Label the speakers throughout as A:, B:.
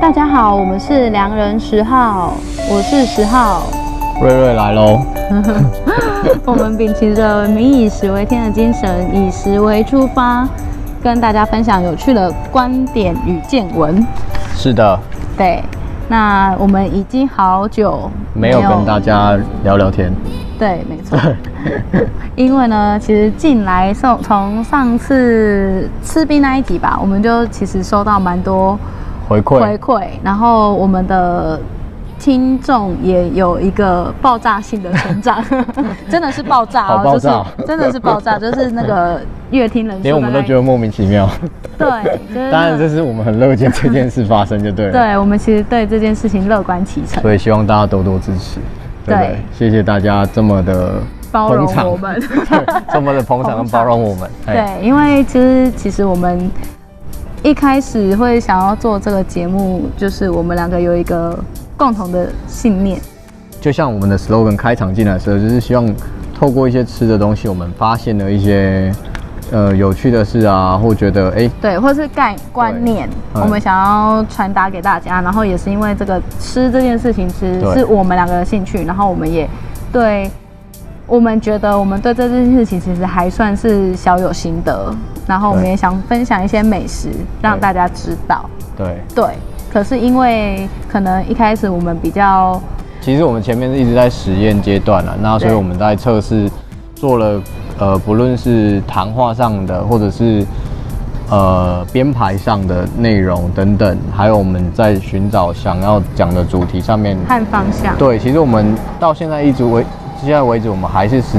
A: 大家好，我们是良人十号，我是十 号。
B: 瑞瑞来喽，
A: 我们秉持着“民以食为天”的精神，以食为出发，跟大家分享有趣的观点与见闻。
B: 是的，
A: 对，那我们已经好久
B: 没有跟大家聊聊天，
A: 对，没错。因为呢，其实近来送从上次吃冰那一集吧，我们就其实收到蛮多
B: 回
A: 回
B: 馈
A: 馈，然后我们的听众也有一个爆炸性的成长， 真的是爆炸哦，
B: 好爆炸
A: 就是真的是爆 炸，就是那个乐听人数，
B: 连我们都觉
A: 得
B: 得莫名其妙。
A: 对，就是那个
B: 当然，这是我们很乐见这件事发生就对了。，
A: 对我们其实对这件事情乐观其成，
B: 所以希望大家多多支持，对不对
A: 对？
B: 谢谢大家这么的
A: 包容
B: 捧场
A: 我 们
B: 对这么的捧场跟包容我们。哎，
A: 对，因为其实其实我们一开始会想要做这个节目，就是我们两个有一个共同的信念，
B: 就像我们的 slogan 开场进来的时候，就是希望透过一些吃的东西，我们发现了一些呃有趣的事啊，或觉得哎
A: 对，或是概观念，
B: 嗯
A: 我们想要传达给大家。然后也是因为这个吃这件事情，其实
B: 对
A: 是我们两个的兴趣，然后我们也对。我们觉得我们对这件事情其实还算是小有心得，然后我们
B: 对
A: 也想分享一些美食让
B: 对
A: 大家知道。
B: 对。
A: 对，可是因为可能一开始我们比较
B: 其实我们前面一直在实验阶段了，那所以
A: 对
B: 我们在测试做了呃，不论是谈话上的，或者是呃编排上的内容等等，还有我们在寻找想要讲的主题上面。
A: 看方向，
B: 对，其实我们到现在一直为现在为止，我们还是是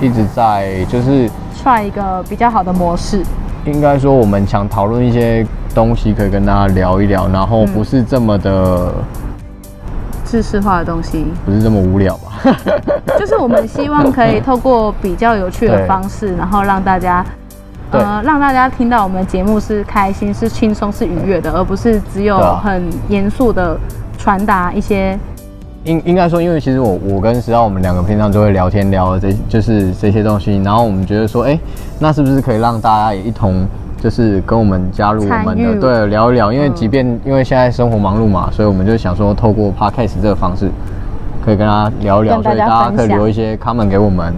B: 一直在就是
A: 踹一个比较好的模式。
B: 应该说我们想讨论一些东西，可以跟大家聊一聊，然后不是这么的、
A: 知识化的东西，
B: 不是这么无聊吧？
A: 就是我们希望可以透过比较有趣的
B: 对
A: 方式，然后让大家，
B: 对
A: 呃，让大家听到我们的节目是开心、是轻松、是愉悦的，而不是只有
B: 对啊
A: 很严肃的传达一些
B: 应应该说，因为其实我我跟石浩我们两个平常就会聊天聊这就是这些东西，然后我们觉得说，哎、那是不是可以让大家也一同就是跟我们加入我们
A: 参与嗯
B: 的对聊一聊？因为即便、因为现在生活忙碌嘛，所以我们就想说透过 podcast 这个方式可以跟大家聊一聊，
A: 跟大
B: 所以
A: 家
B: 大家可
A: 分
B: 以
A: 享
B: 留一些 comment 给我们。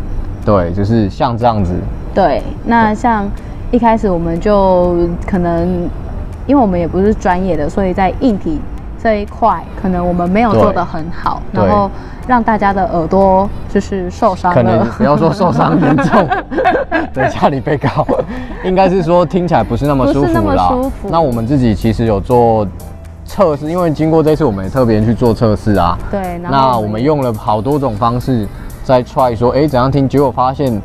B: 对，就是像这样子，
A: 对，那像一开始我们就可能，因为我们也不是专业的，所以在硬体这一块，可能我们没有
B: 对
A: 做得很好，
B: 对
A: 然后让大家的耳朵就是受伤
B: 可能
A: 了。
B: 不要说受伤 严重，在家里被告，应该是说听起来不是那么舒
A: 不是那
B: 服
A: 么
B: 啦。
A: 舒服
B: 那我们自己其实有做测试，因为经过这次我们也特别去做测试啊。
A: 对，然
B: 那
A: 后
B: 我们用了好多种方式在 try 说，哎、怎样听？结果发现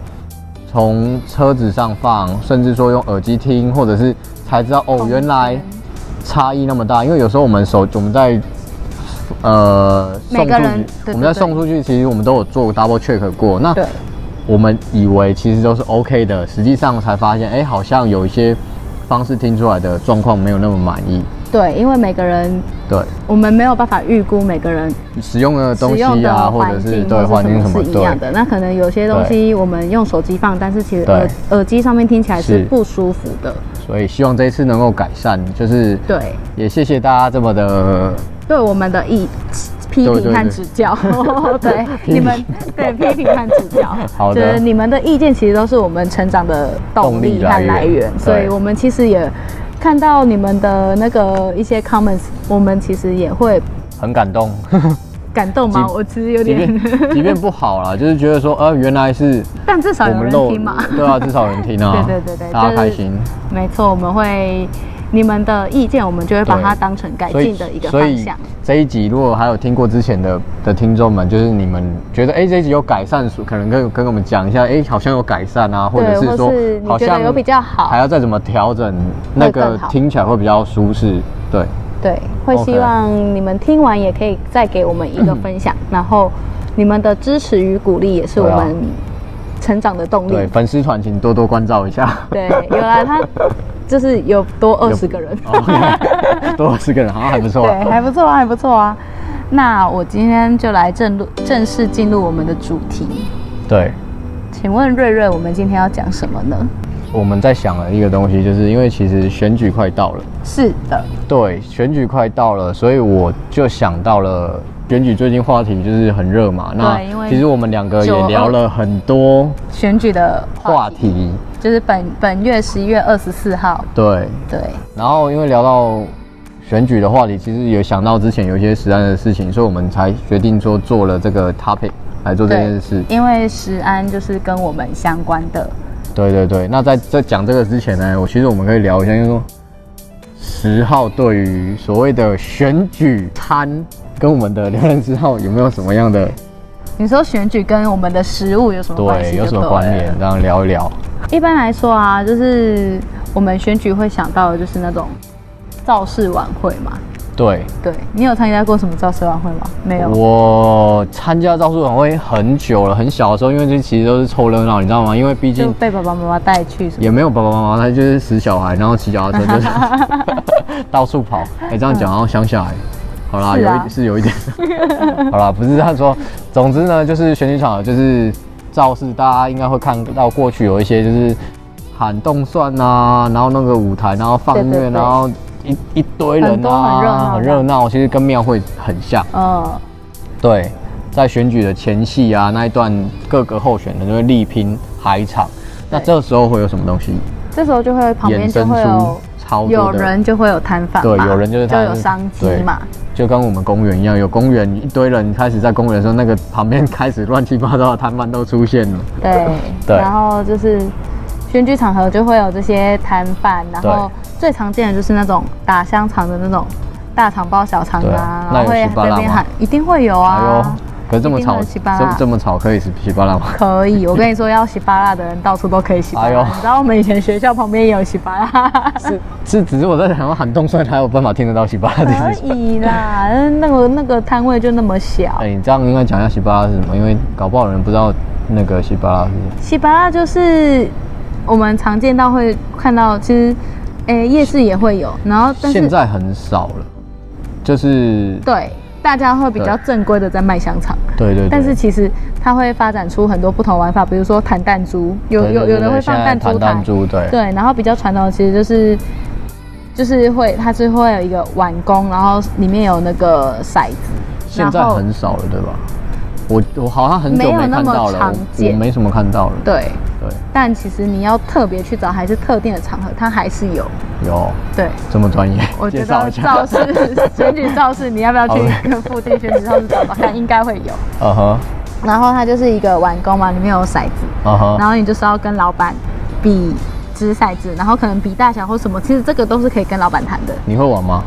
B: 从车子上放，甚至说用耳机听，或者是才知道哦，原来差异那么大。因为有时候我们手我们在呃
A: 每
B: 送
A: 个
B: 出
A: 人
B: 去，
A: 对
B: 我们在
A: 对对
B: 送出去，其实我们都有做 double check 过。那
A: 对
B: 我们以为其实都是 OK 的，实际上才发现，哎、好像有一些方式听出来的状况没有那么满意。
A: 对，因为每个人
B: 对，
A: 我们没有办法预估每个人
B: 使用的东
A: 使
B: 西
A: 用的
B: 啊，或
A: 环
B: 者是
A: 境
B: 对
A: 或
B: 环境
A: 是
B: 什
A: 什
B: 么
A: 么是一样的。
B: 对。
A: 那可能有些东西我们用手机放，但是其实
B: 对
A: 耳耳机上面听起来是
B: 是
A: 不舒服的。
B: 所以希望这一次能够改善，就是
A: 对，
B: 也谢谢大家这么的
A: 对我们的意批
B: 对
A: 评
B: 对
A: 和
B: 对
A: 指 教，对你们对批评和指教，
B: 好
A: 就
B: 的
A: 是你们的意见其实都是我们成长的动力
B: 动力
A: 和
B: 来源
A: 来源，所以
B: 对
A: 我们其实也看到你们的那个一些 comments，我们其实也会
B: 很感动，
A: 感动吗？
B: 即
A: 我其实有
B: 即
A: 点，
B: 便 即便不好啦，就是觉得说，呃，原来是
A: 但至
B: 我
A: 少有
B: 们
A: 人
B: 漏
A: 听嘛，
B: 对啊，至少有人听啊，
A: 对对对对
B: 大
A: 就是
B: 家开心，
A: 没错，我们会你们的意见，我们就会把它
B: 对
A: 当成改
B: 所以
A: 进的一个
B: 所
A: 方
B: 以
A: 向。
B: 这一集如果还有听过之前的的听众们，就是你们觉得，哎，这一集有改善，可能跟跟我们讲一下，哎，好像有改善啊，或者
A: 对或
B: 是说
A: 是你
B: 好
A: 觉得
B: 像
A: 有比较好
B: 还要再怎么调整，那
A: 会更
B: 个
A: 好
B: 听起来会比较舒适，对。
A: 对，会
B: OK
A: 希望你们听完也可以再给我们一个分享，然后你们的支持与鼓励也是我
B: 对啊
A: 们成长的动力
B: 对，。粉丝团请多多关照一下。
A: 对，有啦，他就是有多二十 个人，
B: OK，多哦 二十个人，好像还不错、
A: 对，还不错啊，还不错啊。那我今天就来正入正式进入我们的主题，
B: 对，
A: 请问瑞瑞，我们今天要讲什么呢？
B: 我们在想的一个东西，就是因为其实选举快到了，
A: 是的，
B: 对，选举快到了，所以我就想到了选举最近话题就是很热嘛。那
A: 因为
B: 其实我们两个
A: 九
B: 也
A: 二
B: 聊了很多
A: 选举的
B: 话题，
A: 就是本本月十一月二十四号，
B: 对。
A: 对，
B: 然后因为聊到选举的话题，其实也想到之前有一些实案的事情，所以我们才决定说做了这个 topic 来做这件事。
A: 因为食安就是跟我们相关的，
B: 对对对，那在在讲这个之前呢，我其实我们可以聊一下，就是说十号对于所谓的选举摊跟我们的六人之号有没有什么样的
A: 你说选举跟我们的食物有什么关系？
B: 对有什么关联？？这样聊一聊。
A: 一般来说啊，就是我们选举会想到的就是那种造势晚会嘛。
B: 对
A: 对你有参加过什么造势晚会吗？没有。
B: 我参加招数晚会很久了，很小的时候，因为这其实都是凑热闹，你知道吗？因为毕
A: 就
B: 竟
A: 被爸爸妈妈带去什么？
B: 也没有爸爸妈妈，他就是死小孩，然后骑脚踏车就是 到处跑。哎、这样讲好像乡下哎、好啦，
A: 是啊
B: 有一是有 一点，好啦，不是他说，总之呢，就是选举场就是造势，大家应该会看到过去有一些就是喊动算啊，然后那个舞台，然后放音
A: 对
B: 乐，
A: 对对
B: 然后一一堆人
A: 很多很热
B: 啊，
A: 闹
B: 很热闹，其实跟庙会很像。
A: 呃，
B: 对，在选举的前戏啊那一段，各个候选人就会力拼海场。那
A: 对
B: 这时候会有什么东西？
A: 这时候就会旁边
B: 衍
A: 就
B: 生
A: 会
B: 出
A: 有
B: 超
A: 有
B: 多的，
A: 人就会有摊贩嘛，
B: 对，有人就是
A: 就
B: 他
A: 有商机
B: 对
A: 嘛。
B: 就跟我们公园一样，有公园一堆人开始在公园的时候，那个旁边开始乱七八糟的摊贩都出现了。
A: 对，
B: 对
A: 然后就是选举场合就会有这些摊贩，然后最常见的就是那种打香肠的那种大肠包小肠
B: 对
A: 啊，
B: 那
A: 然
B: 有
A: 后会
B: 稀巴
A: 在
B: 拉
A: 那边
B: 吗
A: 喊，一定会有
B: 哎呦
A: 啊。，
B: 可是这么
A: 一定
B: 吵，
A: 会
B: 这
A: 稀巴拉
B: 这么吵可以是稀巴拉吗？
A: 可以，我跟你说，要洗巴拉的人到处都可以洗巴
B: 哎
A: 拉。
B: 呦
A: 你知道我们以前学校旁边也有洗巴 拉，
B: 是是，只是我在想要喊动算，还有办法听得到稀巴拉这件
A: 可
B: 事。
A: 以啦，那个那个摊位就那么小
B: 哎、。你这样应该讲一下稀巴拉是什么，因为搞不好有人不知道那个稀巴拉是什么。
A: 洗巴拉就是我们常见到会看到，其实，诶、夜市也会有，然后但是
B: 现在很少了，就是
A: 对，大家会比较正规的在卖香肠，
B: 对对对，
A: 但是其实它会发展出很多不同玩法，比如说弹弹珠，有
B: 对对
A: 有
B: 对
A: 有的
B: 对
A: 会
B: 现
A: 放
B: 在
A: 弹珠
B: 弹
A: 台
B: 弹，珠，对
A: 对，然后比较传统的其实就是就是会它是会有一个碗弓，然后里面有那个骰子，
B: 现在
A: 然后
B: 很少了，对吧？我我好像很
A: 没
B: 久
A: 有
B: 没
A: 那
B: 看
A: 么
B: 到了
A: 常，
B: 我我
A: 见
B: 没什么看到了。
A: 对，
B: 对，
A: 但其实你要特别去找还是特定的场合，它还是有，
B: 有
A: 对。
B: 这么专业，
A: 我
B: 介
A: 觉
B: 绍
A: 得
B: 一下
A: 造。 势选举造势，你要不要去附近选举造势找找看？应该会有。
B: 嗯哼，
A: 然后它就是一个碗弓嘛，里面有骰子，
B: 嗯哼，
A: 然后你就是要跟老板比掷骰子，然后可能比大小或什么，其实这个都是可以跟老板谈的。
B: 你会玩吗？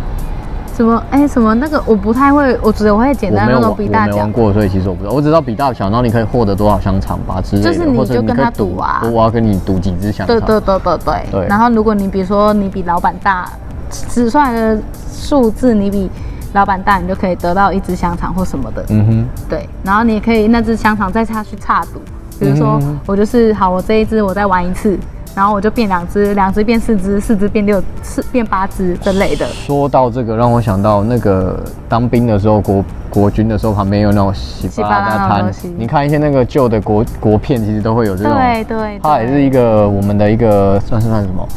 A: 什么哎什么那个我不太会，我只我会简
B: 我
A: 单
B: 没有
A: 那种
B: 玩，我
A: 比大
B: 没
A: 小
B: 玩。过，所以其实我不知道。我只知道比大小，然后你可以获得多少香肠吧之类的，
A: 就是你
B: 或者
A: 就
B: 你
A: 跟
B: 可以
A: 他赌啊
B: 我要跟你赌几只香肠。
A: 对对对对对。
B: 对
A: 然后如果你比如说你比老板大，指出来的数字你比老板大，你就可以得到一只香肠或什么的。
B: 嗯哼，
A: 对，然后你也可以那只香肠再下去差赌，比如说
B: 嗯
A: 我就是好，我这一只我再玩一次，然后我就变两只，两只变四只，四只变六，四变八只之类的。
B: 说到这个，让我想到那个当兵的时候，国国军的时候，旁边有那种洗
A: 洗
B: 巴
A: 巴
B: 拉
A: 拉
B: 大
A: 那种
B: 摊
A: 东西，
B: 你看一些那个旧的国国片，其实都会有这种。
A: 对对，呃
B: 它也是一个我们的一个算是算什 么、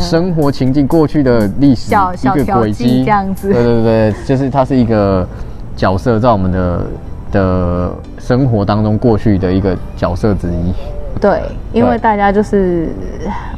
B: 生活情境过去的历史
A: 小小
B: 一个
A: 调
B: 轨
A: 剂
B: 迹
A: 这样子
B: 对对对，就是它是一个角色在我们的的生活当中过去的一个角色 之一。
A: 对，因为
B: 对
A: 大家就是，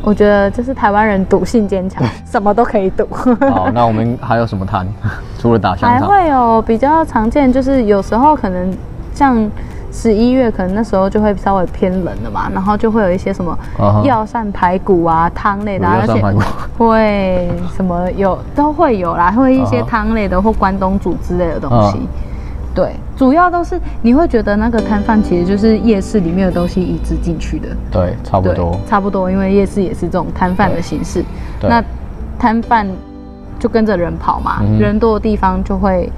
A: 我觉得这是台湾人赌性坚强，什么都可以赌。
B: 好，那我们还有什么摊？ 除了打香
A: 还
B: 肠，
A: 会有比较常见，就是有时候可能像十一月，可能那时候就会稍微偏冷了嘛，然后就会有一些什么
B: 嗯哼
A: 药膳排骨啊、汤类的、啊，
B: 有药膳排骨
A: 会什么有都会有啦，会一些
B: 嗯哼
A: 汤类的或关东煮之类的东西。
B: 嗯
A: 对，主要都是你会觉得那个摊贩其实就是夜市里面的东西移植进去的，
B: 对，差不
A: 对
B: 多，。
A: 差不多，因为夜市也是这种摊贩的形式。
B: 对
A: 那摊贩就跟着人跑嘛，
B: 嗯哼
A: 人多的地方就会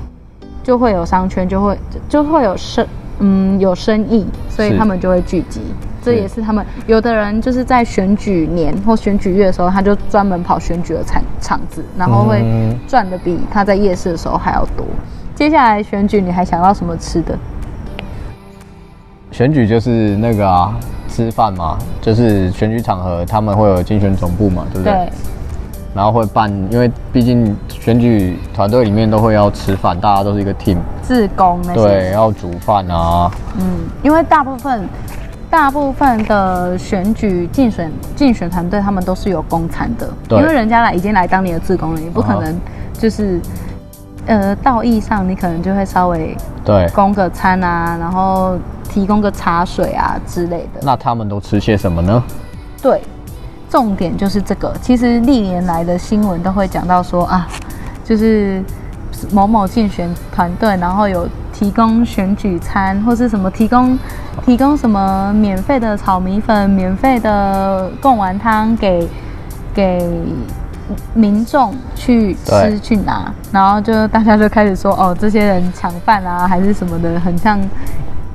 A: 就会有商圈，就会就会有生嗯有生意，所以
B: 是
A: 他们就会聚集。这
B: 是
A: 也是他们有的人就是在选举年或选举月的时候，他就专门跑选举的场场子，然后会
B: 嗯
A: 赚的比他在夜市的时候还要多。接下来选举，你还想到什么吃的？
B: 选举就是那个啊，吃饭嘛，就是选举场合他们会有竞选总部嘛，对不对？
A: 对，
B: 然后会办，因为毕竟选举团队里面都会要吃饭，大家都是一个 team，
A: 自工那些。
B: 对，要煮饭啊，
A: 嗯，因为大部分大部分的选举竞选竞选团队，他们都是有公餐的，
B: 对
A: 因为人家来已经来当你的自工了，你不可
B: 啊哈
A: 能就是、呃道义上你可能就会稍微
B: 对。
A: 供个餐啊，然后提供个茶水啊之类的。
B: 那他们都吃些什么呢？
A: 对，重点就是这个。其实历年来的新闻都会讲到说啊，就是某某竞选团队，然后有提供选举餐，或是什么提供提供什么免费的炒米粉、免费的贡丸汤给给。民众去吃
B: 对
A: 去拿，然后就大家就开始说哦，这些人抢饭啊，还是什么的，很像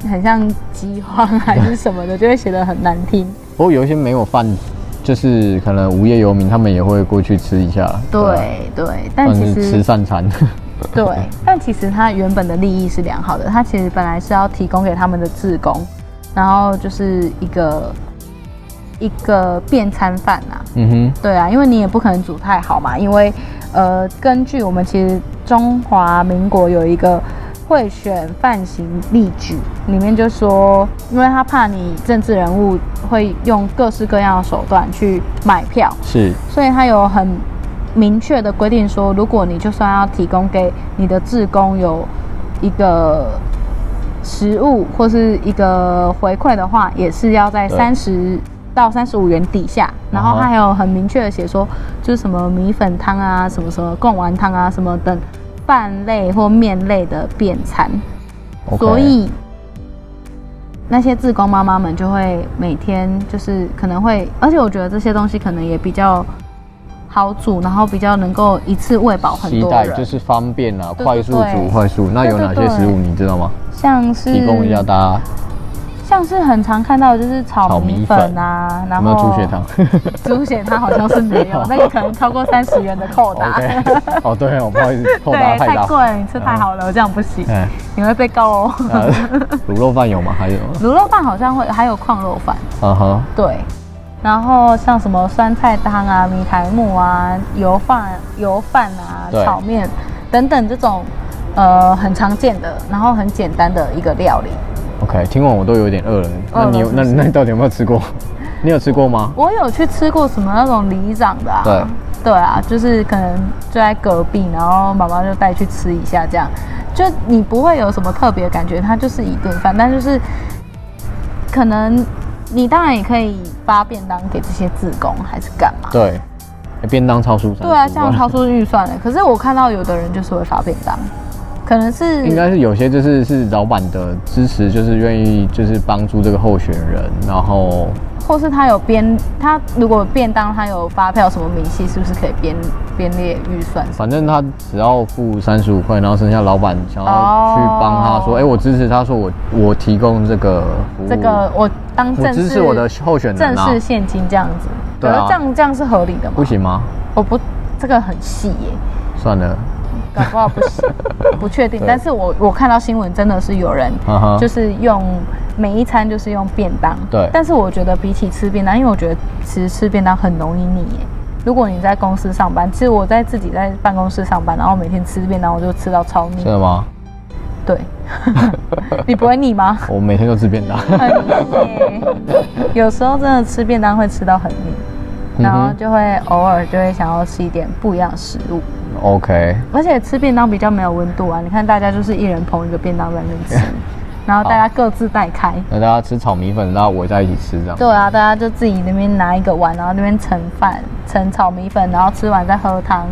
A: 很像饥荒还是什么的，就会写得很难听。
B: 不哦过有一些没有饭，就是可能无业游民，他们也会过去吃一下。啊，
A: 对对，但
B: 算
A: 其
B: 是吃嗯
A: 实
B: 善餐。
A: 对，但其实它原本的利益是良好的，它其实本来是要提供给他们的职工，然后就是一个一个便餐饭呐、
B: 嗯
A: 对啊，因为你也不可能煮太好嘛，因为呃，根据我们其实中华民国有一个贿选犯行例举，里面就说，因为他怕你政治人物会用各式各样的手段去买票，
B: 哼，是
A: 所以它有很明确的规定说，如果你就算要提供给你的志工有一个食物或是一个回馈的话，也是要在
B: 对
A: 三十到三十五元底下。然后
B: 嗯哼
A: 它还有很明确的写说，就是什么米粉汤啊，什么什么贡丸汤啊，什么等饭类或面类的便餐。
B: ，OK。
A: 所以那些自工妈妈们就会每天就是可能会，而且我觉得这些东西可能也比较好煮，然后比较能够一次喂饱很
B: 期
A: 多
B: 待
A: 人，
B: 就是方便啊，
A: 对
B: 快速
A: 对
B: 煮快速。那有哪些
A: 对嗯对
B: 食物你知道吗？
A: 像是
B: 提供一下大家。
A: 像是很常看到的就是炒
B: 炒
A: 米
B: 米
A: 粉啊，然
B: 有
A: 后
B: 没有猪血糖
A: 猪血汤好像是没 有，那个可能超过三十元的扣打。
B: ？OK。哦，对哦，不好意 思，扣打
A: 对，
B: 太
A: 太
B: 大。
A: 贵，你吃太好了，这样不行，
B: 哎，
A: 你会被告哦。
B: 呃卤肉饭有吗？还有，
A: 卤肉饭好像会，还有矿肉饭，
B: 嗯哼，
A: 对，然后像什么酸菜汤啊、米苔木啊、油饭、油饭啊、
B: 对
A: 炒面等等这种，呃，很常见的，然后很简单的一个料理。
B: OK，听完我都有点饿了。那你有
A: 饿了
B: 那
A: 是不是
B: 那你到底有没有吃过？ 你有吃过吗？
A: 我有去吃过什么那种里长的啊，
B: 对，
A: 啊，就是可能就在隔壁，然后妈妈就带去吃一下，这样，就你不会有什么特别感觉，它就是一顿饭，但就是可能你当然也可以发便当给这些自工，还是干嘛？
B: 对，欸便当超出三十五
A: 对啊，
B: 万。
A: 这样超出预算欸 了。可是我看到有的人就是会发便当，可能是
B: 应该是有些就是是老板的支持，就是愿意就是帮助这个候选人，然后
A: 或是他有编，他如果便当他有发票什么明细，是不是可以编编列预算？
B: 反正他只要付三十五块，然后剩下老板想要去帮他说，
A: 哦
B: 哎、我支持他说我我提供这个服务，
A: 这个我当
B: 我
A: 正
B: 支
A: 式
B: 持我的候选人
A: 正
B: 啊
A: 式，现金这样子，
B: 对
A: 可
B: 啊
A: 是这样这样是合理的吗？
B: 不，行吗？
A: 我不这个很细耶、
B: 算了，
A: 搞不好不 行，不确定。
B: 对
A: 但是我我看到新闻真的是有人
B: 嗯哼
A: 就是用每一餐就是用便当。
B: 对
A: 但是我觉得比起吃便当，因为我觉得其实吃便当很容易腻耶。如果你在公司上班，其实我在自己在办公室上班，然后每天吃便当，我就吃到超腻
B: 真。的吗？
A: 对， 你不会腻 吗？
B: 我每天都吃 便当，
A: 很腻耶。有时候真的吃便当会吃到很腻，
B: 嗯
A: 然后就会偶尔就会想要吃一点不一样的食物。
B: OK，
A: 而且吃便当比较没有温度啊！你看大家就是一人捧一个便当在那边吃， 然后大家各自带开。
B: 那大家吃炒米粉，然后围在一起吃这样，
A: 对啊，大家就自己那边拿一个碗，然后那边盛饭、盛炒米粉，然后吃完再喝汤，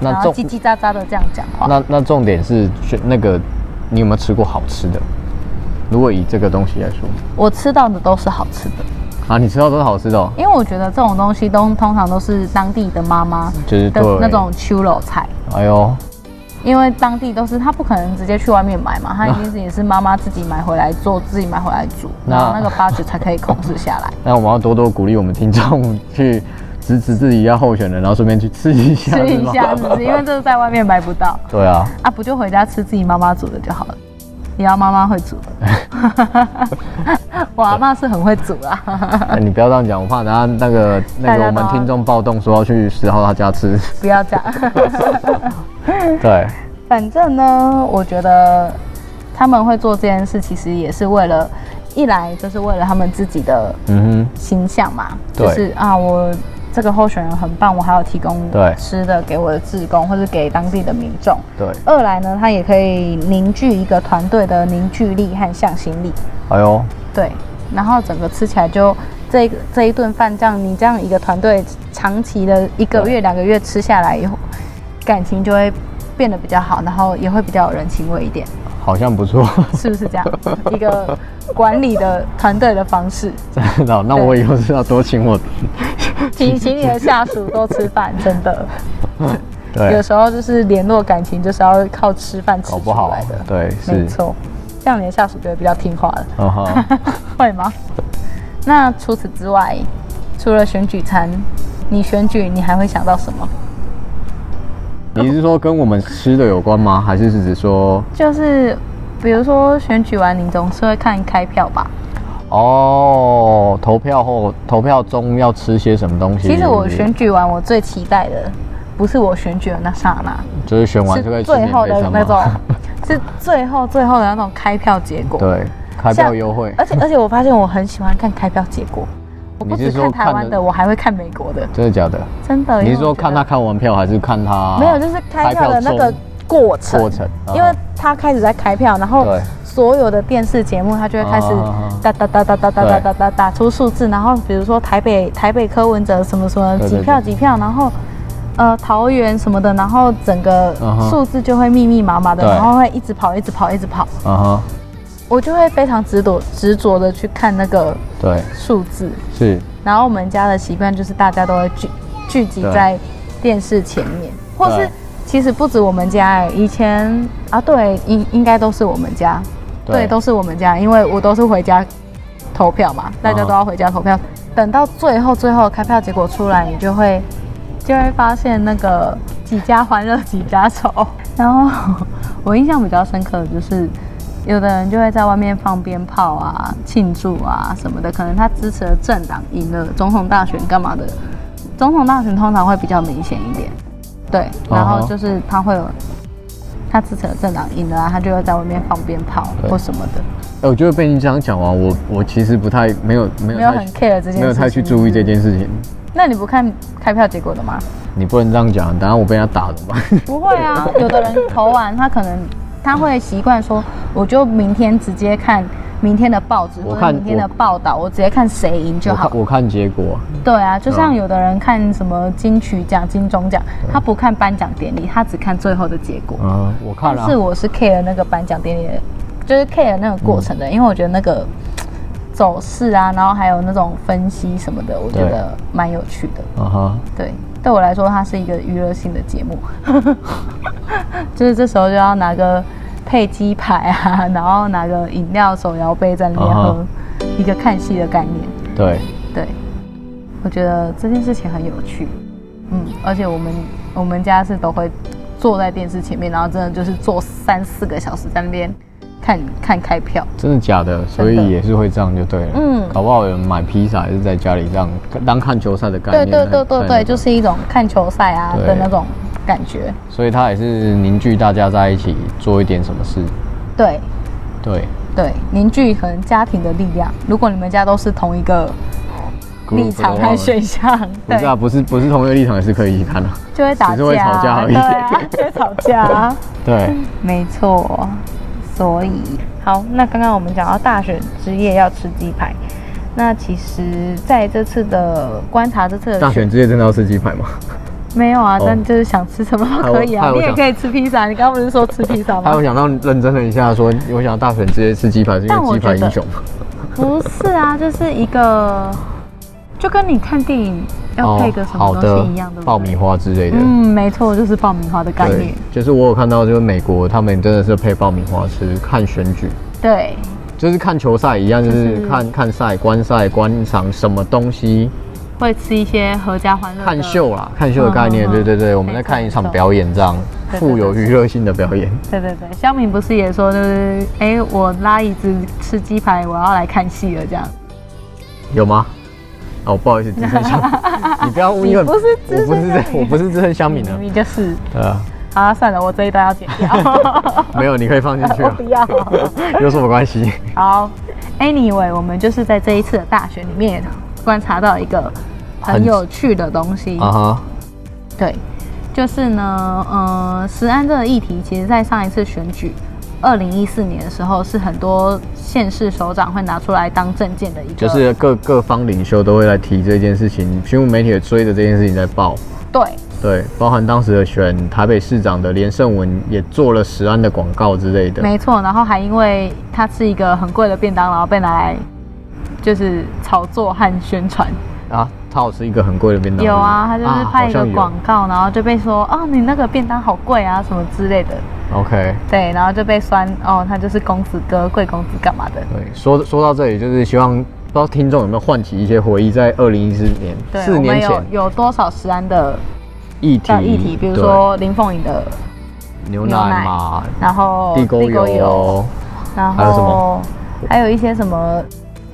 B: 那
A: 然后
B: 重
A: 叽叽喳喳的这样讲话。
B: 那那重点是选那个你有没有吃过好吃的？如果以这个东西来说，
A: 我吃到的都是好吃的，
B: 啊，你吃到都是好吃的、哦，
A: 因为我觉得这种东西都通常都是当地的妈妈
B: 就是对
A: 的那种秋楼菜。
B: 哎呦，
A: 因为当地都是他不可能直接去外面买嘛， 他一定是也是妈妈自己买回来做，自己买回来煮，
B: 那
A: 然后那个八子才可以控制下 来。
B: 那我们要多多鼓励我们听众去支持自己要候选人，然后顺便去吃一下，
A: 吃
B: 是
A: 一
B: 吗
A: 下，是不是？因为这是在外面买不到
B: 对啊，
A: 啊，不就回家吃自己妈妈煮的就好了。也要妈妈会煮的， 我阿妈是很会煮啊啦、
B: 哎，你不要这样讲，我怕等下那个那
A: 大
B: 个
A: 家
B: 我们
A: 都
B: 听众暴动说要去十号他家 吃。
A: 不要讲。
B: 对，
A: 反正呢，我觉得他们会做这件事，其实也是为了，一来就是为了他们自己的
B: 嗯
A: 形象嘛，
B: 对
A: 就是啊，我这个候选人很棒，我还要提供
B: 对
A: 吃的给我的志工或者给当地的民众。
B: 哼，对，
A: 二来呢，它也可以凝聚一个团队的凝聚力和向心力。
B: 哎呦，
A: 对，然后整个吃起来就这个这一顿饭这样，你这样一个团队长期的一个
B: 对
A: 月两个月吃下来以后，感情就会变得比较好，然后也会比较有人情味一点，
B: 好像不错。
A: 是不是这样？ 一个管理的团队的方式，
B: 真的哦，那
A: 对
B: 我以后是要多请我。
A: 请请你的下属多吃饭，真的。有
B: 对，
A: 时候就是联络感情，就是要靠吃饭吃出
B: 搞哦不好啊
A: 来的。，
B: 对，是
A: 没，错，这样你的下属就会比较听话了。
B: 嗯哼，
A: 会吗？那除此之外，除了选举餐，你选举你还会想到什么？
B: 你是说跟我们吃的有关吗？还是是指说，
A: 就是比如说选举完，你总是会看开票吧？
B: 哦，投票后投票中要吃些什么东西？
A: 其实我
B: 是不是
A: 选举完，我最期待的不是我选举的那刹那，
B: 就是选完就可以
A: 是
B: 吃免
A: 最后
B: 费
A: 的
B: 餐
A: 那种
B: 吗？，
A: 是最后最后的那种开票结果。
B: 对，开
A: 像呃
B: 票优惠。
A: 而且而且我发现我很喜欢看开票结果，我不
B: 你
A: 只
B: 是说
A: 看台
B: 看
A: 湾
B: 的
A: 的，我还会看美国的，
B: 真的假的？
A: 真的。
B: 你
A: 因
B: 是
A: 为
B: 说
A: 我觉
B: 看
A: 得
B: 他看完票，还是看他
A: 没有，就是开票的那
B: 哦开票
A: 个
B: 中
A: 过程，
B: 过程啊
A: 因为他开始在开票，然后
B: 对
A: 所有的电视节目他就会开始
B: 啊
A: 哒哒哒哒哒哒哒哒哒打出数字，然后比如说台北台北柯文哲什么什么
B: 对对
A: 几
B: 对
A: 票几票，然后。呃，桃园什么的，然后整个
B: 嗯哼
A: 数字就会密密麻麻的，
B: 对
A: 然后会一直跑，一直跑，一直跑，
B: 啊哈，
A: 我就会非常执着执着的去看那个
B: 对，
A: 数字。
B: 是，
A: 然后我们家的习惯就是大家都会聚聚集
B: 对
A: 在电视前面，或
B: 对
A: 是其实不止我们家，以前啊，对，应应该都是我们家，对，都是我们家，因为我都是回家投票嘛，大家都要回家投票。等到最后最后开票结果出来，你就会就会发现那个几家欢乐几家愁。然后我印象比较深刻的就是，有的人就会在外面放鞭炮啊、庆祝啊什么的，可能他支持的政党赢了总统大选干嘛的，总统大选通常会比较明显一点。对，然
B: 嗯
A: 后
B: 哼
A: 就是他会有他支持的政党赢了、啊，他就会在外面放鞭炮
B: 对
A: 或什么的，
B: 哎、我觉得被你这样讲完，我我其实不太没有没有
A: 没有
B: 太
A: 很 care 这件事情。
B: 没有太去注意这件事情。
A: 那你不看开票结果 的吗？
B: 你不能这样讲，等下我被他打 怎么办？
A: 不会啊，有的人投完他可能他会习惯说，我就明天直接看明天的报纸
B: 我
A: 或者
B: 看
A: 明天的报道，我直接看谁赢就
B: 我
A: 好
B: 看。我看结果，
A: 对啊，就
B: 嗯
A: 像有的人看什么金曲奖、金钟奖，他不看颁奖典礼，他只看最后的结果。
B: 嗯，我看了、
A: 但是我是 care 那个颁奖典礼的，就是 care 那个过程的，
B: 嗯
A: 因为我觉得那个嘖走势啊，然后还有那种分析什么的，我觉
B: 对
A: 得蛮有趣的。
B: 啊哈，
A: 对，对我来说，它是一个娱乐性的节目， 就是这时候就要拿个配鸡排啊，然后拿个饮料手摇杯在那边
B: 啊哈
A: 喝，一个看戏的概念。
B: 对，
A: 对，我觉得这件事情很有趣，嗯，而且我们我们家是都会坐在电视前面，然后真的就是坐三四个小时在那边看看开票。
B: 真的假的？所以也是会这样就对了。
A: 嗯
B: 搞不好有人买披萨也是在家里这样当看球赛的概
A: 对
B: 念。
A: 对对
B: 在
A: 对
B: 在那
A: 对，
B: 边
A: 就是一种看球赛啊
B: 对
A: 的那种感觉。
B: 所以他也是凝聚大家在一起做一点什么事。
A: 对，
B: 对，
A: 对，凝聚可能家庭的力量。如果你们家都是同一个立
B: group
A: 场
B: 的话
A: 和选项，
B: 不
A: 对
B: 是，啊，不是不是同一个立场也是可以一起看的、
A: 就会打
B: 只是会
A: 架
B: 吵
A: 啊，
B: 架而已
A: 对啊，就会吵架啊，
B: 对，
A: 没错。所以，好，那刚刚我们讲到大选之夜要吃鸡排，那其实在这次的观察，这次的
B: 大选之夜真的要吃鸡排吗？
A: 没有啊，
B: 哦
A: 但就是想吃什么都可以
B: 害
A: 啊，
B: 我
A: 你
B: 害
A: 也
B: 我想
A: 可以吃披萨，你刚刚不是说吃披萨
B: 他有
A: 吗？
B: 想到认真了一下说，我想要大选直接吃鸡排是因
A: 但
B: 为
A: 我
B: 鸡排
A: 觉得
B: 英雄嘛。
A: 不是啊，就是一个，就跟你看电影要配个什
B: 哦好
A: 么东
B: 的
A: 西一样，对不对？
B: 爆米花之类的。
A: 嗯，没错，就是爆米花的概
B: 对
A: 念。，
B: 就是我有看到，就是美国他们真的是配爆米花吃，看选举，
A: 对，
B: 就是看球赛一样，就是
A: 就是
B: 看看赛、观赛、观赏什么东西，
A: 会吃一些合家欢乐的
B: 看秀啦，看秀的概
A: 嗯
B: 念，
A: 嗯嗯
B: 对对对，我们在看一场表演，这样
A: 对对对
B: 富有娱乐性的表演。
A: 对对对，肖明不是也说，就是哎、我拉椅子吃鸡排，我要来看戏了这样。
B: 有吗？哦，不好意思，资深乡， 你不要误会，
A: 你不嗯是资深
B: 我不是
A: 乡民
B: 我不是资深乡民
A: 明
B: 啊，
A: 明就是，
B: 对啊，
A: 好啊，算了，我这一段要剪掉。
B: 没有，你可以放进去
A: 我
B: 啊
A: 不，要。
B: 有什么关系？
A: 好，anyway，我们就是在这一次的大选里面也观察到一个很
B: 很
A: 有趣的东西。
B: 啊哈，
A: 对，就是呢，呃，食安这个议题，其实在上一次选举，二零一四年的时候，是很多县市首长会拿出来当证件的一个，
B: 就是各各方领袖都会来提这件事情，新闻媒体也追着这件事情在报。
A: 对
B: 对，包含当时的选台北市长的连胜文也做了食安的广告之类的，
A: 没错，然后还因为它是一个很贵的便当，然后被拿来就是炒作和宣传。
B: 啊，他好吃一个很贵的便当。
A: 有啊，他就是拍一
B: 嗯好
A: 个
B: 像有
A: 广告，然后就被说哦，你那个便当好贵啊，什么之类的。
B: OK，
A: 对，然后就被酸哦，他就是公子哥、贵公子干嘛的。
B: 对，说说到这里，就是希望不知道听众有没有唤起一些回忆，在二零一四年
A: 对，
B: 四
A: 我们
B: 年
A: 有
B: 前
A: 有多少食安的
B: 议题
A: 的议题，比如
B: 对
A: 说林凤营的，
B: 牛
A: 牛奶哦
B: 奶嘛，
A: 然后
B: 地沟油，
A: 然
B: 还有什
A: 后
B: 么
A: 还有一些什么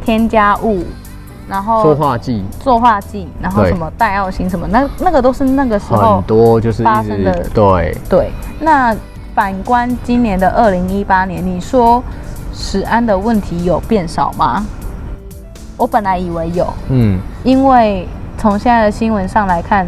A: 添加物，然后
B: 塑化剂，
A: 塑化剂，然后
B: 对
A: 什么代奥型什么，那那个都是那个时候
B: 很多就是
A: 发
B: 一
A: 生
B: 直
A: 的
B: 对
A: 对。那反观今年的二零一八年，你说食安的问题有变少吗？我本来以为有，
B: 嗯
A: 因为从现在的新闻上来看，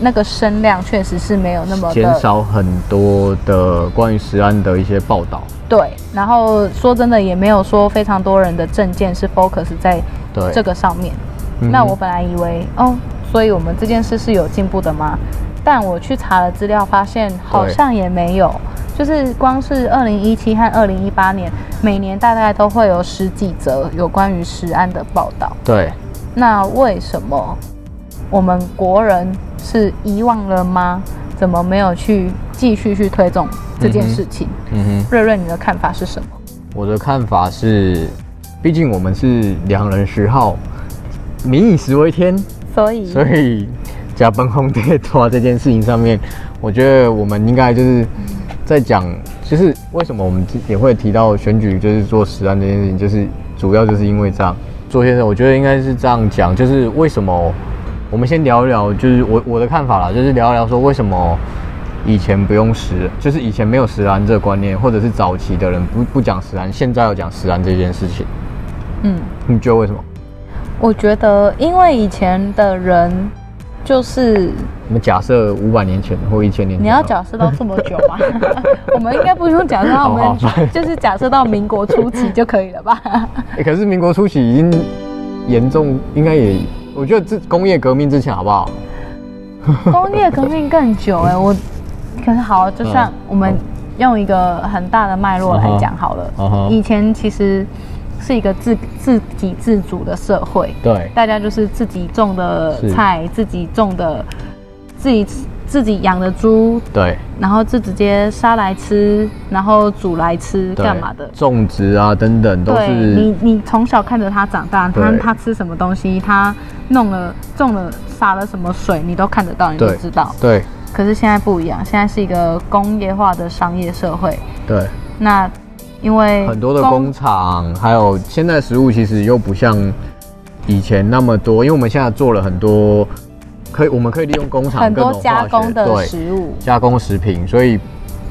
A: 那个声量确实是没有那么的
B: 减少很多的关于食安的一些报道。
A: 对，然后说真的也没有说非常多人的证件是 focus 在
B: 对
A: 这个上面。
B: 嗯
A: 那我本来以为哦，所以我们这件事是有进步的吗？但我去查了资料，发现好像也没有。就是光是二零一七和二零一八年，每年大概都会有十几则有关于食安的报道。
B: 对，
A: 那为什么我们国人是遗忘了吗？怎么没有去继续去推动这件事情？
B: 嗯哼。
A: 瑞瑞，你的看法是什么？
B: 我的看法是，毕竟我们是良人十号，民以食为天，
A: 所以，
B: 所以加班烘爹拖这件事情上面，我觉得我们应该就是在讲，就是为什么我们也会提到选举，就是做实案这件事情，就是主要就是因为这样。卓先生，我觉得应该是这样讲，就是为什么我们先聊一聊，就是我我的看法啦，就是聊一聊说为什么。以前不用食，就是以前没有食安这个观念，或者是早期的人不不讲食安，现在要讲食安这件事情，
A: 嗯，
B: 你觉得为什么？
A: 我觉得，因为以前的人就是
B: 我们假设五百年前或一千年前好了，
A: 你要假设到这么久 吗？我们应该不用假设到，我
B: 好好
A: 们就是假设到民国初期就可以了 吧？
B: 欸可是民国初期已经严重，应该也，我觉得这工业革命之前好不好？
A: 工业革命更久哎、我可是好，就算
B: 嗯
A: 我们用一个很大的脉络来讲好了
B: 嗯哼嗯哼
A: 以前其实是一个自自给自足的社会，
B: 对
A: 大家就是自己种的
B: 是
A: 菜，自己种的，自己自己养的猪，
B: 对
A: 然后就直接杀来吃，然后煮来吃，
B: 对，
A: 干嘛的？
B: 种植啊等等都
A: 对你
B: 是，，
A: 你从小看着他长大，他
B: 对
A: 他吃什么东西，他弄了种了撒了什么水，你都看得到，你都
B: 对
A: 知道。
B: 对
A: 可是现在不一样，现在是一个工业化的商业社会。
B: 对，
A: 那因为
B: 很多的工厂，还有现在食物其实又不像以前那么多，因为我们现在做了很多，可以我们可以利用工厂
A: 很
B: 各
A: 多
B: 种
A: 加
B: 化学
A: 工的
B: 对
A: 食物，
B: 加工食品，所以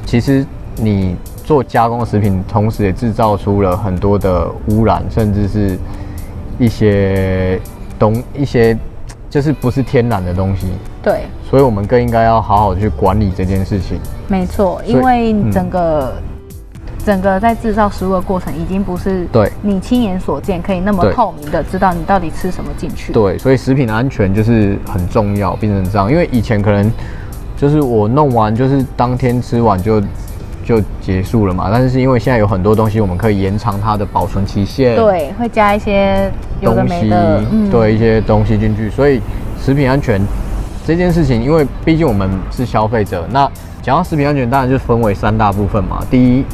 B: 其实你做加工食品，同时也制造出了很多的污染，甚至是一些东一些就是不是天然的东西，
A: 对，
B: 所以我们更应该要好好去管理这件事情。
A: 没错，因为
B: 嗯
A: 整个、整个在制造食物的过程，已经不是
B: 对
A: 你亲眼所见可以那么
B: 对
A: 透明的知道你到底吃什么进去。
B: 对，所以食品的安全就是很重要，变成这样，因为以前可能就是我弄完就是当天吃完就。就结束了嘛，但是是因为现在有很多东西，我们可以延长它的保存期限，
A: 对，会加一些有的
B: 东
A: 没
B: 西
A: 的，，嗯
B: 对一些东西进去，所以食品安全这件事情，因为毕竟我们是消费者，那讲到食品安全，当然就分为三大部分嘛。第一，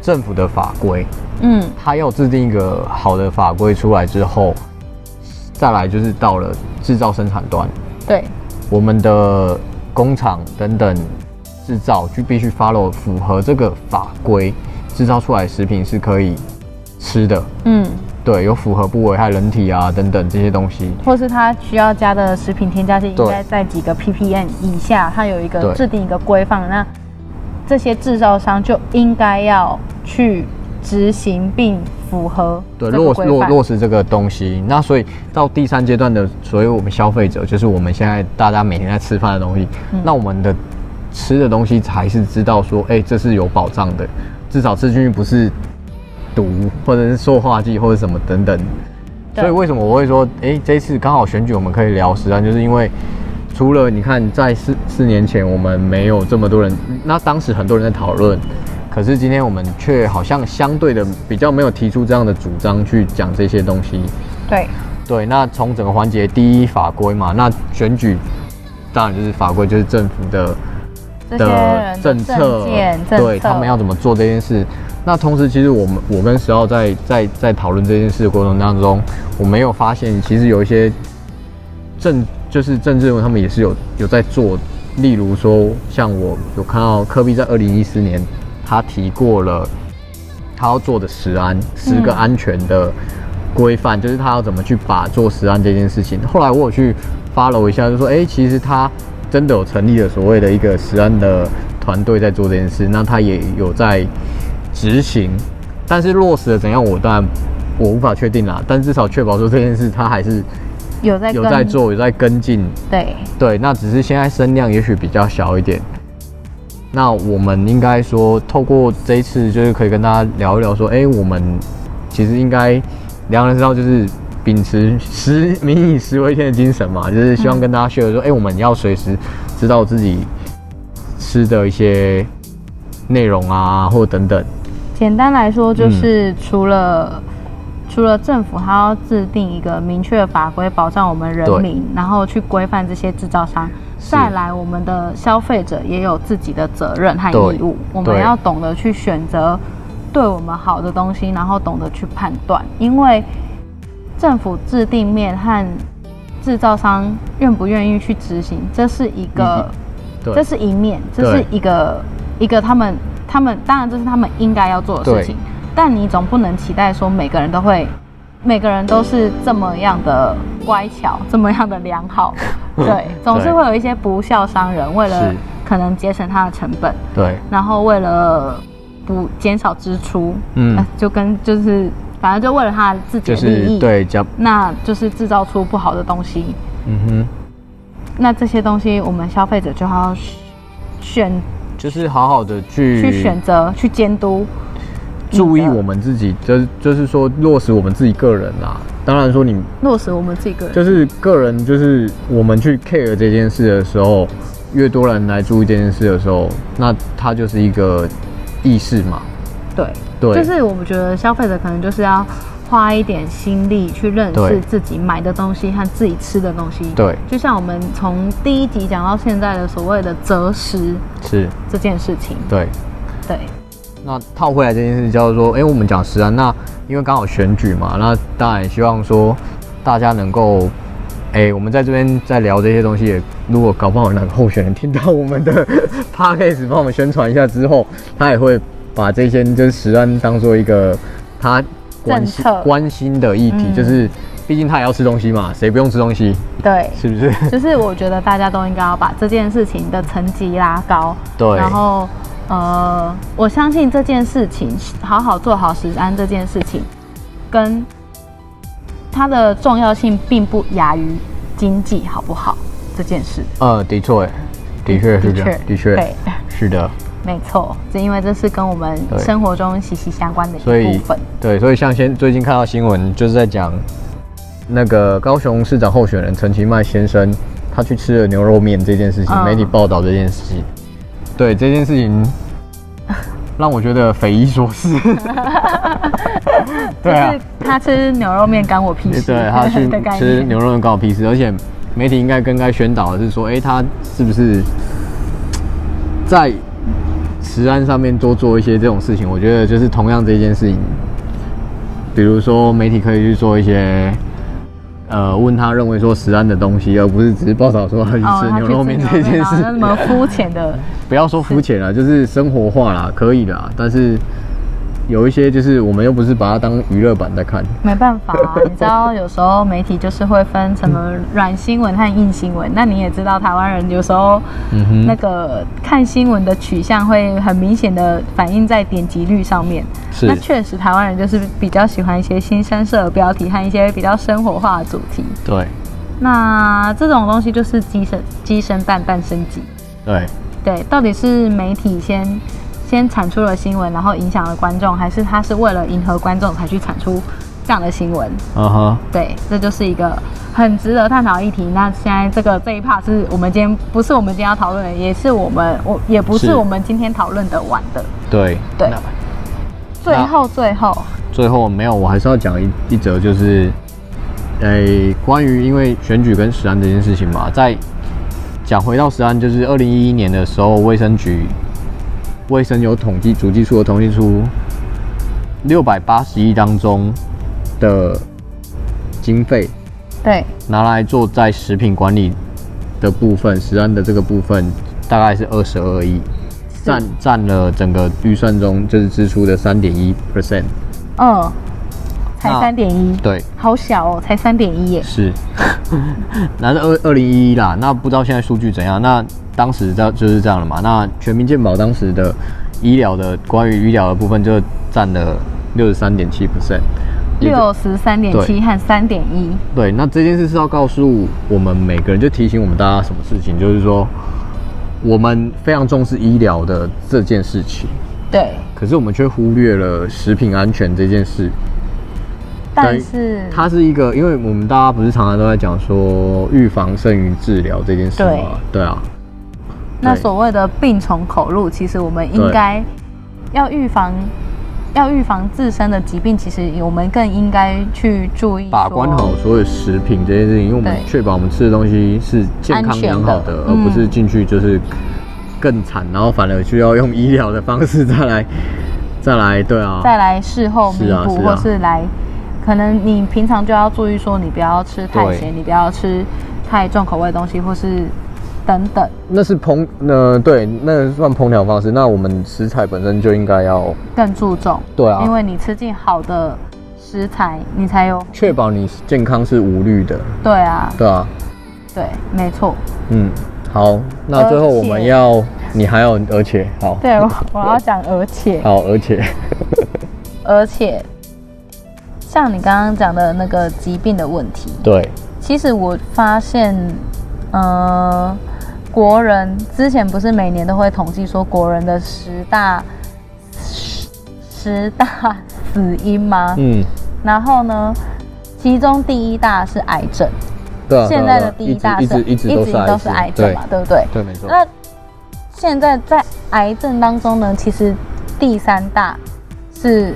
B: 政府的法规，
A: 嗯，
B: 它要制定一个好的法规出来之后，再来就是到了制造生产端，
A: 对，
B: 我们的工厂等等制造就必须 follow 符合这个法规，制造出来的食品是可以吃的，
A: 嗯，
B: 对，有符合不危害人体啊等等这些东西。
A: 或是它需要加的食品添加剂应
B: 对
A: 该在几个 ppm 以下，它有一个
B: 对
A: 制定一个规范，那这些制造商就应该要去执行并符合
B: 对，
A: 这个
B: 落
A: 规
B: 落
A: 范
B: 落实这个东西，那所以到第三阶段的，所有我们消费者，就是我们现在大家每天在吃饭的东西，
A: 嗯
B: 那我们的吃的东西才是知道说，哎、这是有保障的，至少吃进去不是毒，或者是塑化剂或者什么等等。
A: 对
B: 所以为什么我会说，哎、这次刚好选举我们可以聊实战，就是因为除了你看，在四四年前我们没有这么多人，那当时很多人在讨论，可是今天我们却好像相对的比较没有提出这样的主张去讲这些东西。
A: 对，
B: 对，那从整个环节，第一法规嘛，那选举当然就是法规，就是政府的
A: 这些人的
B: 政策，
A: 见政策
B: 对他们要怎么做这件事。那同时，其实我们我跟石浩在在在讨论这件事的过程当中，我没有发现，其实有一些政就是政治人物他们也是有有在做，例如说像我有看到科比在二零一四年他提过了他要做的食安十个
A: 嗯
B: 安全的规范，就是他要怎么去把做食安这件事情。后来我有去 follow 一下，就说哎、诶其实他真的有成立了所谓的一个食安的团队在做这件事，那他也有在执行，但是落实的怎样，我当然我无法确定啦，但至少确保说这件事他还是
A: 有在
B: 有
A: 跟
B: 在，做，有在跟进。
A: 对，
B: 对，那只是现在声量也许比较小一点。那我们应该说，透过这一次，就是可以跟大家聊一聊，说，哎、我们其实应该良人之道就是秉持食民以食为天的精神嘛，就是希望跟大家 share 说，哎、我们要随时知道自己吃的一些内容啊，或等等。
A: 简单来说，
B: 嗯
A: 就是除了、除了政府，它要制定一个明确的法规保障我们人民，然后去规范这些制造商。
B: 是
A: 再来，我们的消费者也有自己的责任和
B: 对
A: 义务，我们
B: 对
A: 要懂得去选择对我们好的东西，然后懂得去判断，因为政府制定面和制造商愿不愿意去执行，这是一
B: 嗯
A: 个。
B: 对，
A: 这是一面，这是一个一个他们他们当然这是他们应该要做的事情，但你总不能期待说每个人都会，每个人都是这么样的乖巧， 这么样的良 好，对，总是会有一些不孝商人为了
B: 是
A: 可能节省他的成本，
B: 对，
A: 然后为了不减少支出，
B: 嗯
A: 呃就跟就是反正就为了他自己
B: 就
A: 的利
B: 是
A: 益，，
B: 对，讲，
A: 那就是制造出不好的东西，
B: 嗯哼。
A: 那这些东西我们消费者就要选
B: 就是好好的
A: 去选择、去监督。
B: 注意我们自己，就是就是说落实我们自己个人啦。当然说你
A: 落实我们自己个人。
B: 就是个人，就是我们去 care 这件事的时候，越多人来注意这件事的时候，那它就是一个意识嘛。
A: 对，
B: 对，
A: 就是我们觉得消费者可能就是要花一点心力去认识
B: 对
A: 自己买的东西和自己吃的东西。
B: 对，
A: 就像我们从第一集讲到现在的所谓的择食
B: 是，
A: 这件事情，
B: 对。
A: 对，
B: 那套回来这件事叫做，哎、我们讲实安，那因为刚好选举嘛，那当然也希望说大家能够，哎、我们在这边在聊这些东西也，如果搞不好哪个候选人听到我们的 podcast 帮我们宣传一下之后，他也会把这些就是实安当做一个他关心
A: 政策
B: 关心的议题，
A: 嗯
B: 就是毕竟他也要吃东西嘛，谁不用吃东西，
A: 对。
B: 是不是？
A: 就是我觉得大家都应该要把这件事情的层级拉高，
B: 对
A: 然后呃，我相信这件事情好好做好食安这件事情，跟它的重要性并不亚于经济好不好这件事。
B: 呃，的确，的确是这样，的确
A: 对，
B: 是的。
A: 没错，是因为这是跟我们
B: 对
A: 生活中息息相关的
B: 所
A: 一
B: 以
A: 部分。
B: 对，所以像先最近看到新闻，就是在讲那个高雄市长候选人陈其迈先生，他去吃了牛肉面这件事情，
A: 嗯
B: 媒体报道这件事情，对这件事情 让我觉得匪夷所思。对啊
A: 就是，他吃牛肉面干我屁事，
B: 对他去
A: 的概
B: 吃
A: 念
B: 牛肉面关我屁事，而且媒体应该更该宣导的是说，哎、他是不是在食安上面多做一些这种事情？我觉得就是同样这件事情，比如说媒体可以去做一些呃问他认为说食安的东西，而不是只 是报道说
A: 哦
B: 他去吃牛肉面这件事。
A: 那么肤浅的，
B: 不要说肤浅啦，就是生活化啦，可以啦。但是有一些就是我们又不是把它当娱乐版在看，
A: 没办法、 啊，你知道有时候媒体就是会分什么软新闻和硬新闻。那你也知道，台湾人有时候
B: 嗯哼
A: 那个看新闻的取向会很明显的反映在点击率上面。
B: 是
A: 那确实，台湾人就是比较喜欢一些新三色的标题和一些比较生活化的主题。
B: 对
A: 那这种东西就是鸡生鸡生蛋，蛋生鸡。
B: 对，
A: 对，到底是媒体先先产出了新闻，然后影响了观众，还是他是为了迎合观众才去产出这样的新闻？
B: 嗯哼，
A: 对，这就是一个很值得探讨的议题。那现在这个这一 part 是我们今天不是我们今天要讨论的，也是我们我也不
B: 是
A: 是我们今天讨论的完的。
B: 对
A: 对
B: 那
A: 最后最后，
B: 最后没有，我还是要讲一一则，就是，诶、关于因为选举跟食安这件事情嘛，在讲回到食安，就是二零一一年的时候，卫生局卫生有统计主计处有统计出六百八十亿当中的经费
A: 对
B: 拿来做在食品管理的部分，食安的这个部分大概是二十二亿，占占了整个预算中就是支出的三点一 percent。
A: 嗯，才
B: 那
A: 三点一，
B: 对，
A: 好小哦，才三点一耶。
B: 是， 那是二二零一一啦，那不知道现在数据怎样。那当时这就是这样了嘛。那全民健保当时的医疗的关于医疗的部分就占了六十三点七 percent。
A: 六十三点七
B: 对
A: 和三点一，
B: 对，那这件事是要告诉我们每个人，就提醒我们大家什么事情，就是说我们非常重视医疗的这件事情，
A: 对，
B: 可是我们却忽略了食品安全这件事。
A: 但是
B: 它是一个，因为我们大家不是常常都在讲说预防胜于治疗这件事吗？对啊，
A: 那
B: 对
A: 所谓的病从口入，其实我们应
B: 对
A: 该要预防，要预防自身的疾病，其实我们更应该去注意
B: 把关
A: 说
B: 好所有食品这件事情，因为我们
A: 对
B: 确保我们吃的东西是健
A: 安
B: 康
A: 全的
B: 良好的，而
A: 嗯
B: 不是进去就是更惨，然后反而需要用医疗的方式再来 再来，对啊，
A: 再来事后弥
B: 是啊
A: 补，
B: 是
A: 或
B: 啊
A: 是来，可能你平常就要注意说，你不要吃太
B: 对
A: 咸，你不要吃太重口味的东西，或是等等。
B: 那是烹，呃，对，那算烹调方式。那我们食材本身就应该要，
A: 更注重，
B: 对啊
A: 因为你吃进好的食材，你才有
B: 确保你健康是无虑的，
A: 对啊，
B: 对啊，
A: 对，没错，
B: 嗯，好，那最后我
A: 而
B: 们
A: 且
B: 要，你还有，而且好，
A: 对我我要讲，而且
B: 好，而且，
A: 而且，像你刚刚讲的那个疾病的问题，
B: 对，
A: 其实我发现，呃，国人之前不是每年都会统计说国人的十大十十大死因吗？
B: 嗯，
A: 然后呢，其中第一大是癌症，
B: 对啊，啊
A: 现在的第一大
B: 一
A: 是
B: 直一直
A: 都是癌症嘛，对不对？
B: 对，没错，
A: 那现在在癌症当中呢，其实第三大是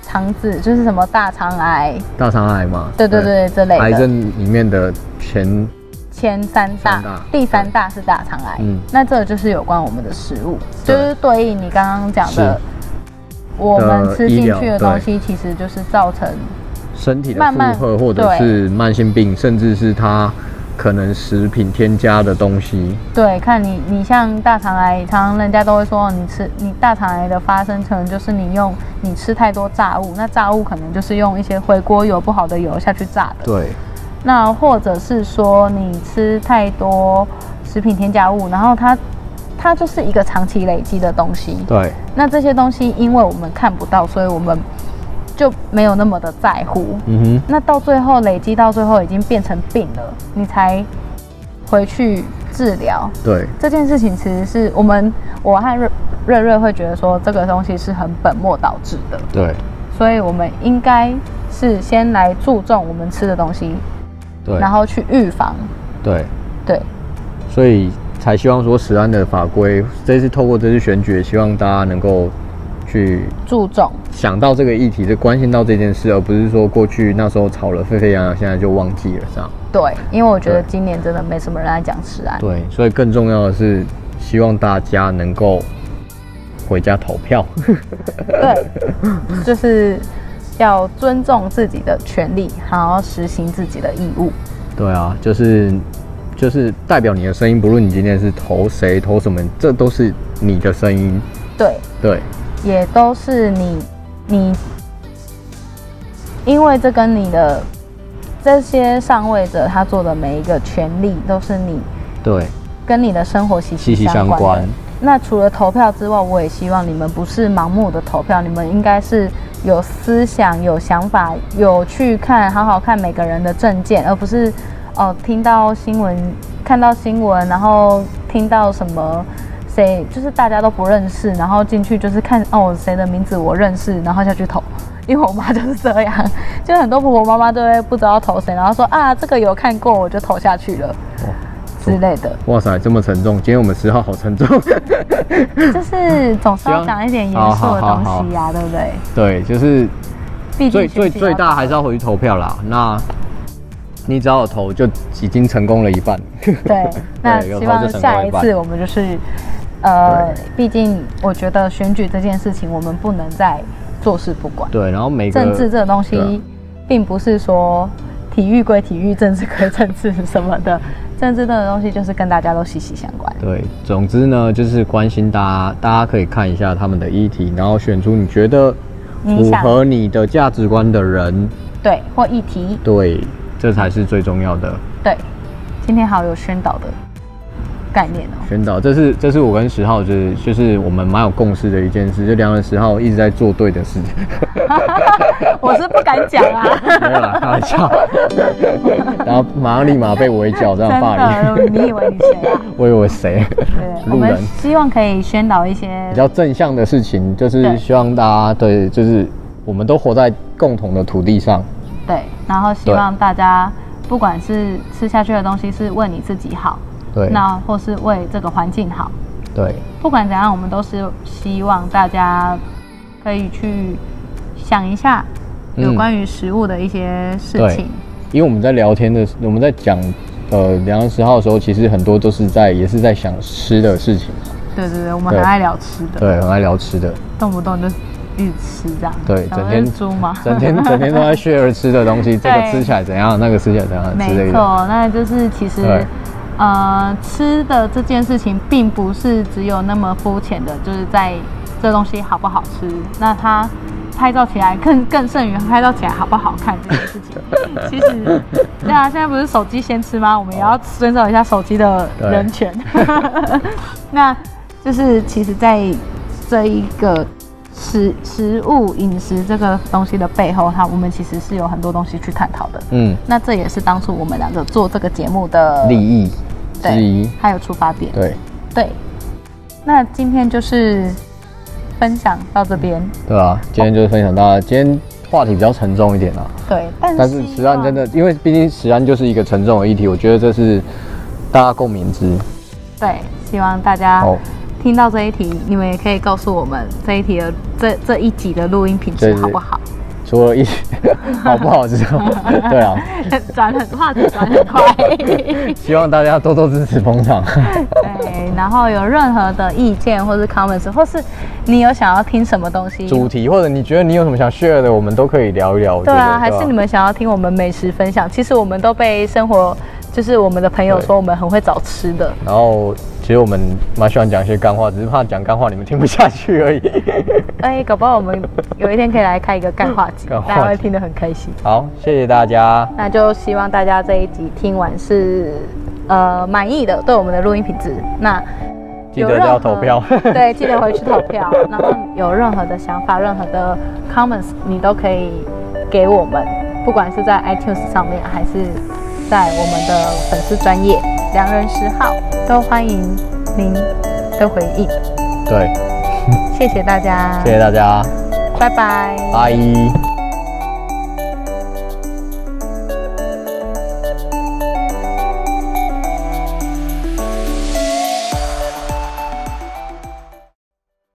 A: 肠子，就是什么大肠癌，
B: 大肠癌嘛，
A: 对对对，这类的。
B: 癌症里面的前，
A: 前三大，
B: 三大
A: 第三大是大肠癌。
B: 嗯
A: 那这个就是有关我们的食物，就
B: 对
A: 是对应你刚刚讲的
B: 是，
A: 我们吃进去的
B: 的医疗
A: 东西，其实就是造成
B: 身体的
A: 慢
B: 负
A: 慢
B: 荷或者
A: 对
B: 是慢性病，甚至是它可能食品添加的东西，
A: 对，看你你像大肠癌，常常人家都会说你吃你大肠癌的发生，可能就是你用你吃太多炸物，那炸物可能就是用一些回锅油不好的油下去炸的，
B: 对，
A: 那或者是说你吃太多食品添加物，然后它它就是一个长期累积的东西，
B: 对，
A: 那这些东西因为我们看不到，所以我们就没有那么的在乎。
B: 嗯
A: 那到最后累积到最后已经变成病了，你才回去治疗。
B: 哼，对，
A: 这件事情其实是我们我和瑞瑞瑞会觉得说这个东西是很本末倒置的，
B: 对，
A: 所以我们应该是先来注重我们吃的东西，
B: 对，
A: 然后去预防。
B: 对，
A: 对，
B: 所以才希望说食安的法规，这次透过这次选举，也希望大家能够去
A: 注重
B: 想到这个议题，就关心到这件事，而不是说过去那时候吵了沸沸扬扬，现在就忘记了这样。
A: 对，因为我觉得
B: 对
A: 今年真的没什么人来讲食安。
B: 对，所以更重要的是，希望大家能 够回家投票。
A: 对，就是要尊重自己的权利，然后实行自己的义务。
B: 对啊，就是就是代表你的声音，不论你今天是投谁投什么，这都是你的声音。
A: 对，
B: 对，
A: 也都是你你，因为这跟你的这些上位者他做的每一个权利，都是你
B: 对，
A: 跟你的生活息息
B: 息息
A: 相
B: 相
A: 关的
B: 关。
A: 那除了投票之外，我也希望你们不是盲目的投票，你们应该是有思想、有想法、有去看，好好看每个人的证件，而不是哦、听到新闻、看到新闻，然后听到什么谁就是大家都不认识，然后进去就是看哦谁的名字我认识，然后下去投。 因为我妈就是这样，就很多婆婆妈妈都会不知道投谁，然后说啊这个有看过我就投下去了
B: 哦
A: 之类的。
B: 哇塞，这么沉重，今天我们十号好沉重。
A: 就是总是要讲一点严肃的东西呀、对不对？
B: 对，就是
A: 毕竟
B: 最
A: 学
B: 最
A: 习
B: 最
A: 要
B: 大还是要回去投票啦。那你只要有投，就已经成功了一半。
A: 对。那
B: 有
A: 希
B: 时候
A: 望
B: 就成
A: 下
B: 功
A: 一
B: 一半
A: 次我们就是，呃
B: 对，
A: 毕竟我觉得选举这件事情，我们不能再坐视不管。
B: 对，然后每个
A: 政治这个东
B: 对啊
A: 西，并不是说体育归体育，政治归政治什么的，政治这个东西就是跟大家都息息相关。
B: 对，总之呢，就是关心大家，大家可以看一下他们的议题，然后选出你觉得
A: 你
B: 符
A: 想
B: 合你的价值观的人，
A: 对，或议题，
B: 对，这才是最重要的
A: 对，今天好有宣导的概念哦。
B: 宣导。这是这是我跟十号就是就是我们蛮有共识的一件事，就两人十号一直在做对的 事情，
A: 我是不敢讲啊。
B: 没有啦，开 玩笑。然后马上立马被围剿， 这样霸凌。
A: 真的，你以为你谁啊？
B: 我以 为谁？
A: 对，我
B: 路
A: 们
B: 人。
A: 希望可以宣导一些
B: 比，较正向的事情，就
A: 对
B: 是希望大家对，就是我们都活在共同的土地上。
A: 对，然后希
B: 对
A: 望大家不管是吃下去的东西是为你自己好，
B: 对，
A: 那或是为这个环境好，
B: 对，
A: 不管怎样，我们都是希望大家可以去想一下有
B: 嗯
A: 关于食物的一些事
B: 对
A: 情。
B: 因为我们在聊天的，我们在讲呃两月十号的时候，其实很多都是在也是在想吃的事情，
A: 对对对，我们
B: 对
A: 很爱聊吃的，
B: 对，很爱聊吃 的，
A: 动不动就一直吃这样。
B: 对，
A: 然
B: 整
A: 后
B: 天
A: 是猪吗？
B: 整天整天都在 share 吃的东西，这个吃起来怎样，那个吃起来怎样之
A: 没
B: 类的，
A: 错，那就是其实
B: 对，
A: 呃，吃的这件事情并不是只有那么肤浅的，就是在这东西好不好吃，那它拍照起来更 更胜于拍照起来好不好看这件事 情。其实，对啊，现在不是手机先吃吗？我们也要遵守一下手机的
B: 对
A: 人 权。那就是其实，在这一个。食食物饮食这个东西的背后，它我们其实是有很多东西去探讨的。
B: 嗯，
A: 那这也是当初我们两个做这个节目的
B: 利益之
A: 对
B: 一，，
A: 还有出发点。
B: 对
A: 对，那今天就是分享到这边。
B: 对啊，今天就是分享到，今天话题比较沉重一点啊，
A: 对，但是
B: 但是食安真的，因为毕竟食安就是一个沉重的议题，我觉得这是大家共勉之。
A: 对，希望大家
B: 好
A: 听到这一题，你们也可以告诉我们这一题的这这一集的录音品质
B: 对对
A: 好不好？
B: 除了一 好不好之后，对啊，
A: 转很话题转很 快。
B: 希望大家多多支持捧场。
A: 对，然后有任何的意见或是 comments，或是你有想要听什么东西，
B: 主题或者你觉得你有什么想 share 的，我们都可以聊一聊。我
A: 对
B: 觉
A: 啊，
B: 得
A: 还是你。们想要听我们美食分享？其实我们都被生活，就是我们的朋友
B: 对
A: 说我们很会找吃的。
B: 然后其实我们蛮喜欢讲一些干话，只是怕讲干话你们听不下去而已。
A: 哎，搞不好我们有一天可以来开一个干话集，
B: 干话集
A: 大家会听得很开心。
B: 好，谢谢大家，
A: 那就希望大家这一集听完是呃满意的，对我们的录音品质。那
B: 记
A: 有
B: 得
A: 任
B: 要
A: 何
B: 投票。
A: 对，记得回去投 票。然后有任何的想法、任何的 comments，你都可以给我们，不管是在 iTunes 上面，还是在我们的粉丝专业良人十号，都欢迎您的回应。
B: 对，
A: 谢谢大家，
B: 谢谢大家，
A: 拜拜。
B: 拜。